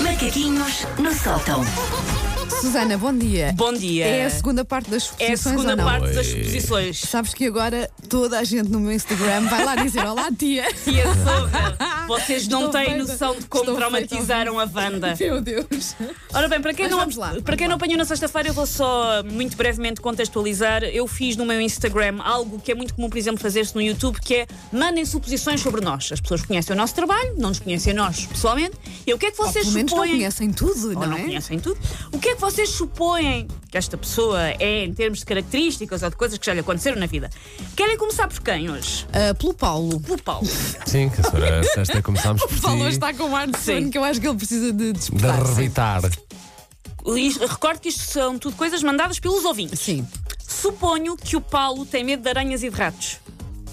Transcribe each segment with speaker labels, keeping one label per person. Speaker 1: Macaquinhos no sótão.
Speaker 2: Susana, bom dia.
Speaker 3: Bom dia.
Speaker 2: É a segunda parte das
Speaker 3: Eh, É a
Speaker 2: exposições
Speaker 3: segunda
Speaker 2: ou não?
Speaker 3: parte das exposições.
Speaker 2: Sabes que agora toda a gente no meu Instagram vai lá dizer Olá tia.
Speaker 3: Tia Sousa, é vocês não
Speaker 2: Estou
Speaker 3: têm
Speaker 2: feita.
Speaker 3: noção de como
Speaker 2: Estou
Speaker 3: traumatizaram a Wanda.
Speaker 2: Meu Deus.
Speaker 3: Ora bem, para quem,
Speaker 2: Mas
Speaker 3: não,
Speaker 2: vamos lá,
Speaker 3: para
Speaker 2: vamos
Speaker 3: quem não apanhou na sexta-feira, eu vou só muito brevemente contextualizar. Eu fiz no meu Instagram algo que é muito comum, por exemplo, fazer-se no YouTube, que é mandem suposições sobre nós. As pessoas conhecem o nosso trabalho, não nos conhecem a nós pessoalmente. E o que é que
Speaker 2: Ou
Speaker 3: vocês
Speaker 2: pelo menos não
Speaker 3: supõem?
Speaker 2: conhecem tudo,
Speaker 3: ou
Speaker 2: não,
Speaker 3: não
Speaker 2: é?
Speaker 3: conhecem tudo. O que é que vocês supõem que esta pessoa é em termos de características ou de coisas que já lhe aconteceram na vida? Querem começar por quem hoje?
Speaker 2: Ah, pelo Paulo.
Speaker 3: Pelo Paulo.
Speaker 4: Sim, que a senhora sexta começámos por
Speaker 2: O Paulo hoje
Speaker 4: ti
Speaker 2: está com um ar de sono
Speaker 3: Sim.
Speaker 2: que eu acho que ele precisa de
Speaker 4: de
Speaker 2: despertar. sim.
Speaker 4: revitar.
Speaker 3: Isto- Recordo que isto são tudo coisas mandadas pelos ouvintes.
Speaker 2: Sim.
Speaker 3: Suponho que o Paulo tem medo de aranhas e de ratos.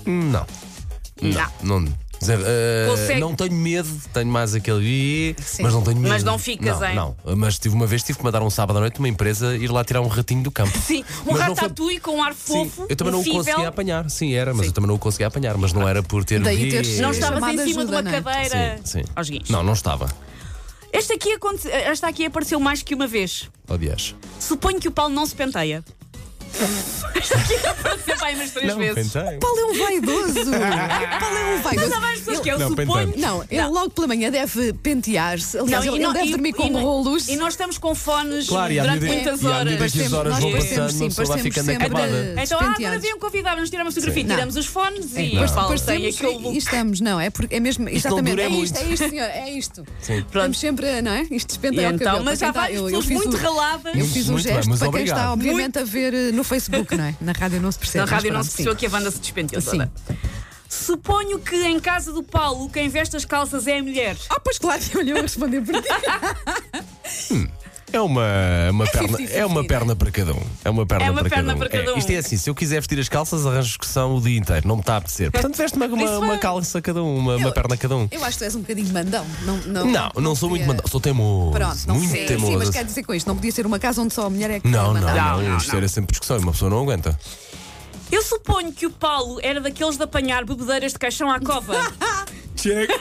Speaker 4: Não,
Speaker 3: Não.
Speaker 4: não. quer dizer, eh,
Speaker 3: Consegue.
Speaker 4: não tenho medo, tenho mais aquele. "Ih",
Speaker 2: Sim.
Speaker 4: Mas não tenho medo.
Speaker 3: Mas não ficas,
Speaker 4: não,
Speaker 3: hein?
Speaker 4: Não, mas tive uma vez, tive que mandar um sábado à noite uma empresa ir lá tirar um ratinho do campo.
Speaker 3: Sim, um
Speaker 4: Mas não
Speaker 3: ratatouille com um ar
Speaker 4: Sim,
Speaker 3: fofo.
Speaker 4: eu também não o
Speaker 3: mofível.
Speaker 4: conseguia apanhar, sim, era, mas
Speaker 3: Sim.
Speaker 4: eu também não o conseguia apanhar, mas não era por ter.
Speaker 2: Daí
Speaker 4: vi-
Speaker 2: teres-
Speaker 3: Não estavas em
Speaker 2: Chamada
Speaker 3: cima
Speaker 2: ajuda,
Speaker 3: de
Speaker 2: não
Speaker 3: uma
Speaker 2: é?
Speaker 3: cadeira
Speaker 4: Sim, sim.
Speaker 3: aos guinchos.
Speaker 4: Não, não estava.
Speaker 3: Esta aqui, aconte- esta aqui apareceu mais que uma vez.
Speaker 4: Aliás.
Speaker 3: Suponho que o Paulo não se penteia. Esta aqui apareceu vai umas três vezes.
Speaker 2: O Paulo é um vaidoso. O Paulo é um vaidoso.
Speaker 3: Não, mas pessoas que eu
Speaker 4: Não,
Speaker 3: suponho.
Speaker 4: penteamos.
Speaker 2: Não, ele logo pela manhã deve pentear-se. Aliás, ele, ele deve dormir com um
Speaker 3: e- é-
Speaker 2: rolos.
Speaker 3: E nós estamos com fones
Speaker 4: Claro, e à
Speaker 3: durante
Speaker 4: medida-
Speaker 3: muitas
Speaker 4: e à
Speaker 3: horas.
Speaker 4: medida que as horas
Speaker 2: nós
Speaker 4: vão
Speaker 2: parecemos,
Speaker 4: passando,
Speaker 2: sim,
Speaker 4: uma pessoa vai
Speaker 2: parecemos
Speaker 4: ficando
Speaker 2: sempre,
Speaker 4: acabada.
Speaker 2: eh,
Speaker 3: Então, ah, agora
Speaker 2: despenteados.
Speaker 3: vêm convidar-nos, tiramos fotografia,
Speaker 2: Não.
Speaker 3: tiramos os fones e
Speaker 4: Não.
Speaker 3: depois Paulo
Speaker 2: Depois
Speaker 3: tem
Speaker 2: temos,
Speaker 3: aquele
Speaker 2: e, e
Speaker 3: look.
Speaker 2: estamos, não, é porque é mesmo, exatamente,
Speaker 4: dura
Speaker 2: é
Speaker 4: muito.
Speaker 2: isto, é isto, senhor, é isto.
Speaker 4: Sim.
Speaker 2: Estamos sempre, a- não é? Isto despenta
Speaker 3: E
Speaker 2: ao
Speaker 3: então,
Speaker 2: cabelo.
Speaker 3: mas há
Speaker 2: Para quem
Speaker 3: várias
Speaker 2: está-
Speaker 3: pessoas muito raladas.
Speaker 2: eu fiz um
Speaker 4: Muito bem,
Speaker 2: gesto
Speaker 4: mas
Speaker 2: para quem
Speaker 4: obrigado.
Speaker 2: está, obviamente, a ver eh, no Facebook, não é? Na rádio não se percebe. é
Speaker 3: Na
Speaker 2: mas
Speaker 3: rádio não
Speaker 2: pronto,
Speaker 3: se percebeu
Speaker 2: sim.
Speaker 3: que a banda se despenteou
Speaker 2: Sim.
Speaker 3: toda. Suponho que em casa do Paulo quem veste as calças é a mulher.
Speaker 2: Ah, pois claro, olha, eu a responder por ti.
Speaker 4: É uma, uma perna,
Speaker 2: 50-50,
Speaker 4: é uma
Speaker 2: né?
Speaker 4: perna para cada um. É uma perna,
Speaker 3: É uma
Speaker 4: para,
Speaker 3: perna
Speaker 4: cada um.
Speaker 3: para cada
Speaker 4: É,
Speaker 3: um.
Speaker 4: isto é assim, se eu quiser vestir as calças, arranjo discussão o dia inteiro, não me está a apetecer. Portanto, veste uma, uma,
Speaker 3: Isso
Speaker 4: uma
Speaker 3: é-
Speaker 4: calça cada um, uma, uma
Speaker 2: Eu-
Speaker 4: perna cada um.
Speaker 2: Eu acho que tu és um bocadinho mandão. Não, não,
Speaker 4: Não, não sou muito
Speaker 2: podia-
Speaker 4: mandado, sou teimoso.
Speaker 2: Pronto, não
Speaker 4: muito
Speaker 2: sei.
Speaker 4: teimoso.
Speaker 2: Sim, mas quero dizer com isto, não podia ser uma casa onde só a mulher é que
Speaker 4: Não,
Speaker 2: é
Speaker 4: não,
Speaker 2: mandada.
Speaker 4: não, isto era sempre discussão e uma pessoa não aguenta.
Speaker 3: Eu suponho que o Paulo era daqueles de apanhar bebedeiras de caixão à cova.
Speaker 4: Chega!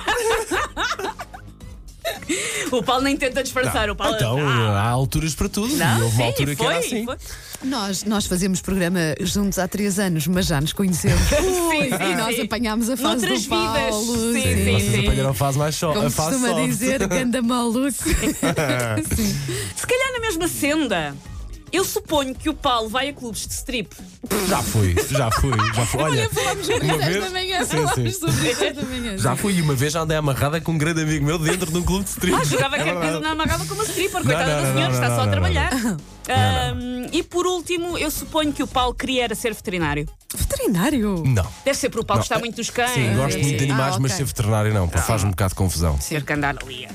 Speaker 3: o Paulo nem tenta disfarçar. o Paulo
Speaker 4: Então,
Speaker 3: Ah,
Speaker 4: há alturas para tudo.
Speaker 3: não,
Speaker 4: e houve
Speaker 3: sim,
Speaker 4: uma
Speaker 3: foi,
Speaker 4: altura que era assim.
Speaker 3: foi.
Speaker 2: Nós, nós fazemos programa juntos há três anos, mas já nos conhecemos. Ui,
Speaker 3: sim,
Speaker 2: e nós
Speaker 3: sim.
Speaker 2: apanhámos a fase
Speaker 3: Noutras
Speaker 2: do
Speaker 3: vidas.
Speaker 2: Paulo.
Speaker 3: Sim,
Speaker 2: sim.
Speaker 3: sim.
Speaker 4: É, Vocês apanharam a fase mais só.
Speaker 2: Como
Speaker 4: a
Speaker 2: se
Speaker 4: fase
Speaker 2: costuma
Speaker 4: soft.
Speaker 2: dizer, ganda maluco.
Speaker 3: Se calhar na mesma senda. Eu suponho que o Paulo vai a clubes de strip.
Speaker 4: Já fui, já fui, já fui. Olha, uma vez, sim, sim. já fui e uma vez já andei amarrada com um grande amigo meu dentro de um clube de strip.
Speaker 3: Ah, jogava
Speaker 4: É
Speaker 3: qualquer
Speaker 4: verdade.
Speaker 3: coisa na amarrava como uma stripper, coitada
Speaker 4: não,
Speaker 3: da
Speaker 4: não,
Speaker 3: senhora,
Speaker 4: não,
Speaker 3: está
Speaker 4: não,
Speaker 3: só a
Speaker 4: não,
Speaker 3: trabalhar. Ahm, e por último, eu suponho que o Paulo queria era ser veterinário.
Speaker 2: Veterinário.
Speaker 4: Não.
Speaker 3: Deve ser para o Paulo
Speaker 4: Não,
Speaker 3: gostar
Speaker 4: é-
Speaker 3: muito dos cães.
Speaker 4: Sim, gosto
Speaker 3: e-
Speaker 4: muito de animais,
Speaker 2: Ah,
Speaker 4: mas
Speaker 2: ok.
Speaker 4: ser veterinário não, pá, faz um bocado de confusão.
Speaker 3: Ter que andar ali.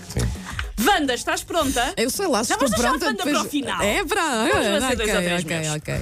Speaker 3: Wanda, estás pronta?
Speaker 2: Eu sei lá, se
Speaker 3: Já
Speaker 2: estou
Speaker 3: vamos deixar a
Speaker 2: pronta.
Speaker 3: banda para o final.
Speaker 2: É para.
Speaker 3: Vamos
Speaker 2: ah,
Speaker 3: fazer dois ou
Speaker 2: ok,
Speaker 3: três
Speaker 2: ok,
Speaker 3: meses.
Speaker 2: ok.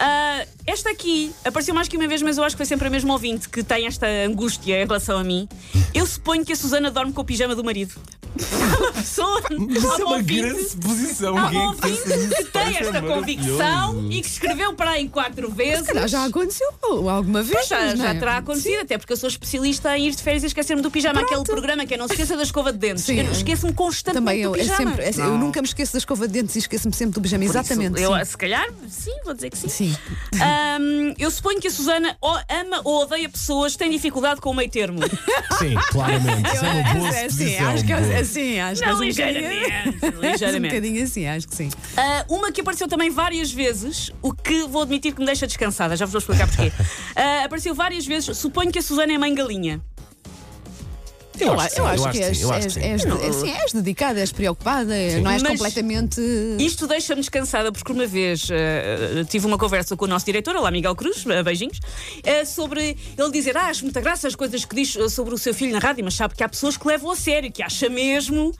Speaker 3: Ah, esta aqui apareceu mais que uma vez, mas eu acho que foi sempre a mesma ouvinte que tem esta angústia em relação a mim. Eu suponho que a Susana dorme com o pijama do marido. Uma pessoa.
Speaker 4: Isso é uma
Speaker 3: ouvinte-
Speaker 4: grande suposição.
Speaker 3: Há
Speaker 4: alguém
Speaker 3: um
Speaker 4: que pensa
Speaker 3: ouvinte que
Speaker 4: nisso.
Speaker 3: tem
Speaker 4: Isso é
Speaker 3: esta convicção
Speaker 4: maravilhoso.
Speaker 3: e que escreveu para aí quatro vezes.
Speaker 2: Calhar já aconteceu alguma vez.
Speaker 3: Pois, já,
Speaker 2: mas não
Speaker 3: já
Speaker 2: é?
Speaker 3: terá acontecido, até porque eu sou especialista em ir de férias e esquecer-me do pijama. Aquele programa que é não se esqueça da escova de dentes.
Speaker 2: Sim.
Speaker 3: Eu esqueço-me constantemente
Speaker 2: Também eu,
Speaker 3: do
Speaker 2: é
Speaker 3: pijama.
Speaker 2: sempre, é- eu nunca me esqueço da escova de dentes e esqueço-me sempre do pijama. Exatamente.
Speaker 3: Eu,
Speaker 2: sim.
Speaker 3: se calhar,
Speaker 2: é-
Speaker 3: sim, vou dizer que sim.
Speaker 2: Sim.
Speaker 3: Ahm, eu suponho que a Susana ou ama ou odeia pessoas que têm dificuldade com o meio termo.
Speaker 4: Sim, claramente. Isso é uma boa
Speaker 2: É, sim,
Speaker 4: suposição.
Speaker 2: acho que
Speaker 4: boa.
Speaker 2: é assim, acho que é um
Speaker 3: Não, ligeiramente.
Speaker 2: bocadinho- Um
Speaker 3: ligeiramente.
Speaker 2: bocadinho assim, acho que sim.
Speaker 3: Ah, uma que apareceu também várias vezes, o que vou admitir que me deixa descansada, já vos vou explicar porquê. Ah, apareceu várias vezes, suponho que a Susana é mãe galinha.
Speaker 4: Eu acho que sim,
Speaker 2: Eu
Speaker 4: eu
Speaker 2: acho
Speaker 4: acho
Speaker 2: que
Speaker 4: que
Speaker 2: és,
Speaker 4: sim, eu acho
Speaker 2: és,
Speaker 4: que sim.
Speaker 2: és, é assim, és dedicada, és preocupada, é- não és
Speaker 3: Mas-
Speaker 2: completamente. eh,
Speaker 3: Isto deixa-me descansada porque uma vez eh, tive uma conversa com o nosso diretor, olá Miguel Cruz, eh, beijinhos, eh, sobre ele dizer, ah, acho muita graça as coisas que diz eh, sobre o seu filho na rádio, mas sabe que há pessoas que levam a sério, que acha mesmo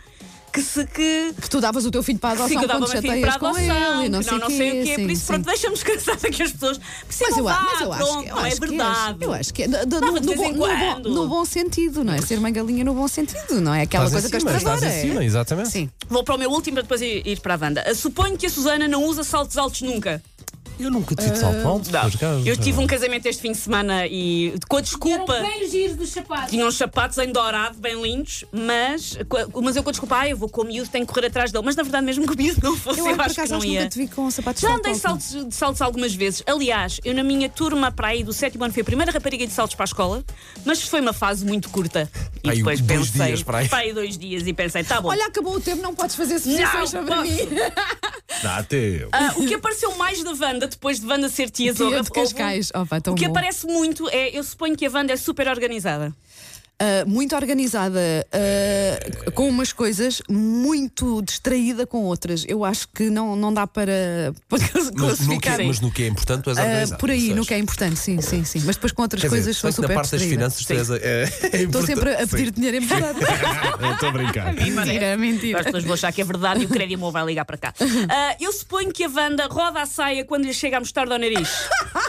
Speaker 3: que se que
Speaker 2: Que tu davas o teu filho para a
Speaker 3: que
Speaker 2: adoção
Speaker 3: eu dava
Speaker 2: quando
Speaker 3: o meu filho para
Speaker 2: chateias
Speaker 3: a
Speaker 2: com
Speaker 3: adoção,
Speaker 2: ele e não,
Speaker 3: que
Speaker 2: sei,
Speaker 3: não, não sei o quê, por isso pronto, deixa-me descansada que as pessoas
Speaker 2: Mas
Speaker 3: precisam
Speaker 2: eu, a- mas eu
Speaker 3: ah,
Speaker 2: acho,
Speaker 3: pronto,
Speaker 2: que- eu
Speaker 3: não é
Speaker 2: acho que és.
Speaker 3: verdade.
Speaker 2: eu acho que é. do- do-
Speaker 3: Dava
Speaker 2: no,
Speaker 3: de
Speaker 2: no
Speaker 3: vez em
Speaker 2: bom, no bom-
Speaker 3: quando.
Speaker 2: no bom sentido, não é? Ser uma galinha no bom sentido, não é? Aquela
Speaker 4: Estás
Speaker 2: coisa
Speaker 4: em cima,
Speaker 2: castradora.
Speaker 4: estás em cima,
Speaker 2: é?
Speaker 4: exatamente.
Speaker 2: Sim.
Speaker 3: Eh, Vou para o meu último para depois ir, ir para a banda. Suponho que a Susana não usa saltos altos nunca.
Speaker 4: Eu nunca tive
Speaker 2: Ah,
Speaker 4: salto alto.
Speaker 3: Não.
Speaker 4: mas cá-
Speaker 3: Eu tive um casamento este fim de semana e com a desculpa.
Speaker 1: Eram bem giros dos sapatos.
Speaker 3: Tinha uns sapatos em dourado, bem lindos, mas, co- mas eu com a desculpa, ah, eu vou com o miúdo, tenho que correr atrás dele. Mas na verdade, mesmo que o miúdo não fosse, eu,
Speaker 2: Eu, por
Speaker 3: acho que
Speaker 2: acaso,
Speaker 3: não
Speaker 2: acho que
Speaker 3: ia.
Speaker 2: nunca te vi com sapatos
Speaker 3: Já
Speaker 2: de
Speaker 3: andei
Speaker 2: alto.
Speaker 3: saltos, de saltos algumas vezes. Aliás, eu na minha turma para aí do sétimo ano fui a primeira rapariga de saltos para a escola, mas foi uma fase muito curta. E
Speaker 4: Aí,
Speaker 3: depois
Speaker 4: dois
Speaker 3: pensei.
Speaker 4: dias para aí.
Speaker 3: dois dias e pensei, tá bom.
Speaker 2: Olha, acabou o tempo, não podes fazer
Speaker 3: Não,
Speaker 2: sugestões sobre
Speaker 3: posso.
Speaker 2: mim.
Speaker 4: Dá até.
Speaker 3: Ah, o que apareceu mais da Wanda, depois de Wanda ser tia
Speaker 2: Tia
Speaker 3: Zorra,
Speaker 2: de Cascais.
Speaker 3: houve um-
Speaker 2: Opa, tão
Speaker 3: o que
Speaker 2: bom.
Speaker 3: aparece muito é, eu suponho que a Wanda é super organizada.
Speaker 2: Ah, muito organizada ah, com umas coisas, muito distraída com outras. Eu acho que não, não dá para, para
Speaker 4: Mas no, que,
Speaker 2: classificar.
Speaker 4: mas no que é importante, tu és
Speaker 2: Ah,
Speaker 4: organizado.
Speaker 2: por aí,
Speaker 4: Ou
Speaker 2: no
Speaker 4: seja,
Speaker 2: que é importante, sim, sim, sim. Mas depois com outras
Speaker 4: Quer
Speaker 2: coisas
Speaker 4: dizer,
Speaker 2: sou
Speaker 4: sei que na
Speaker 2: super
Speaker 4: parte das
Speaker 2: distraída.
Speaker 4: finanças, tu és, é, é
Speaker 2: Estou sempre a pedir dinheiro em verdade.
Speaker 4: Estou a brincar.
Speaker 3: é
Speaker 2: mentira,
Speaker 3: As
Speaker 2: mentira.
Speaker 3: pessoas vão achar que é verdade e o crédito meu vai ligar para cá. Ah, eu suponho que a Wanda roda a saia quando lhe chega a mostarda ao nariz.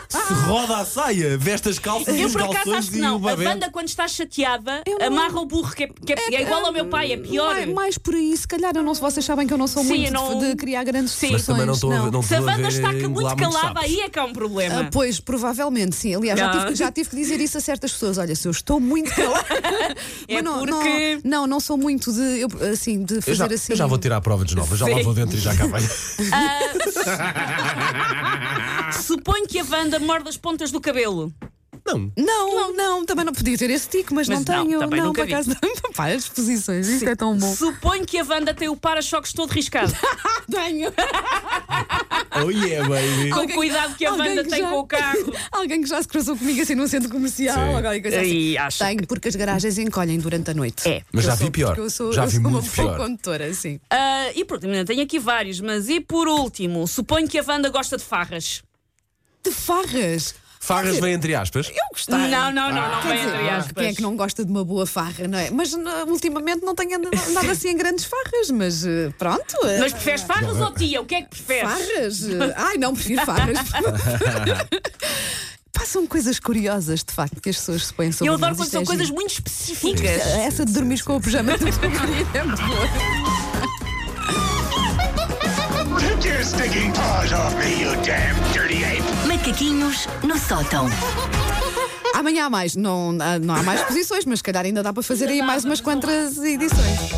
Speaker 4: Se roda a saia, veste as calças,
Speaker 3: Eu
Speaker 4: os
Speaker 3: por acaso acho
Speaker 4: calções
Speaker 3: que
Speaker 4: e
Speaker 3: não.
Speaker 4: o
Speaker 3: A
Speaker 4: babé.
Speaker 3: Wanda, quando está chateada,
Speaker 2: Eu não-
Speaker 3: amarra o burro, que é, que é- é igual ao meu pai, é pior.
Speaker 2: Mais, mais por aí, se calhar, eu não, vocês sabem que eu não sou
Speaker 3: Sim,
Speaker 2: muito
Speaker 3: eu
Speaker 2: de-
Speaker 3: não-
Speaker 2: de criar grandes
Speaker 3: Sim.
Speaker 4: Mas
Speaker 2: discussões.
Speaker 4: também não estou a ver. Não
Speaker 3: Se a
Speaker 4: estou é a ver
Speaker 3: Wanda está ca- muito
Speaker 4: engolar
Speaker 3: calada,
Speaker 4: sapos.
Speaker 3: aí é que há um
Speaker 2: Ah,
Speaker 3: problema.
Speaker 2: pois, provavelmente, sim. Aliás, já
Speaker 3: Não.
Speaker 2: tive, que- já tive que dizer isso a certas pessoas. Olha, se eu estou muito calada.
Speaker 3: É
Speaker 2: Mas não,
Speaker 3: porque-
Speaker 2: não, não, não sou muito de, eu, assim, de fazer
Speaker 4: Eu já,
Speaker 2: assim.
Speaker 4: eu já vou tirar a prova de novo, já lá
Speaker 3: Sim.
Speaker 4: vou dentro e já cá vai.
Speaker 3: Suponho que a Wanda morde as pontas do cabelo.
Speaker 4: Não,
Speaker 2: Não, não, também não podia ter esse tico, mas,
Speaker 3: Mas
Speaker 2: não
Speaker 3: não,
Speaker 2: tenho.
Speaker 3: também
Speaker 2: não,
Speaker 3: nunca
Speaker 2: por acaso não. Pá, as posições, isso é tão bom.
Speaker 3: Suponho que a Wanda tem o para-choques todo riscado.
Speaker 2: Tenho.
Speaker 4: oh yeah, baby.
Speaker 3: Com o cuidado que a
Speaker 2: Alguém
Speaker 3: Wanda
Speaker 2: que
Speaker 3: tem
Speaker 2: já-
Speaker 3: com o carro.
Speaker 2: Alguém que já se cruzou comigo assim num centro comercial
Speaker 4: Sim.
Speaker 2: ou alguma coisa assim.
Speaker 3: E acho
Speaker 2: Tenho, porque as garagens encolhem durante a noite.
Speaker 3: É.
Speaker 4: Mas já
Speaker 2: Eu
Speaker 4: vi
Speaker 2: sou-
Speaker 4: pior.
Speaker 2: porque Eu sou,
Speaker 4: Já
Speaker 2: eu
Speaker 4: vi
Speaker 2: sou uma
Speaker 4: muito
Speaker 2: boa
Speaker 4: pior.
Speaker 2: condutora, sim.
Speaker 3: Ah, e pronto, ainda tenho aqui vários, mas e por último, suponho que a Wanda gosta de farras.
Speaker 2: De farras.
Speaker 4: Farras vem entre aspas.
Speaker 2: Eu gostava.
Speaker 3: Não, não, não, não
Speaker 2: Quer
Speaker 3: vem entre
Speaker 2: dizer,
Speaker 3: aspas.
Speaker 2: Quem é que não gosta de uma boa farra, não é? Mas n- ultimamente não tenho andado andado assim em grandes farras, mas eh, pronto. eh,
Speaker 3: Mas preferes farras ou tia? O que é que preferes?
Speaker 2: farras? eh, Ai, não, prefiro farras. Pá, são coisas curiosas, de facto, que as pessoas se põem sobre
Speaker 3: Eu adoro
Speaker 2: nós.
Speaker 3: quando
Speaker 2: Isto
Speaker 3: são
Speaker 2: é
Speaker 3: coisas
Speaker 2: giro.
Speaker 3: muito específicas.
Speaker 2: Essa de dormir com o pijama do dormir é muito boa.
Speaker 5: Take your stinking paws off me, you damn dirty ape!
Speaker 6: Macaquinhos no sótão.
Speaker 2: ah, Amanhã há mais. Não, há- não há mais posições, mas se calhar ainda dá para fazer aí mais umas quantas edições.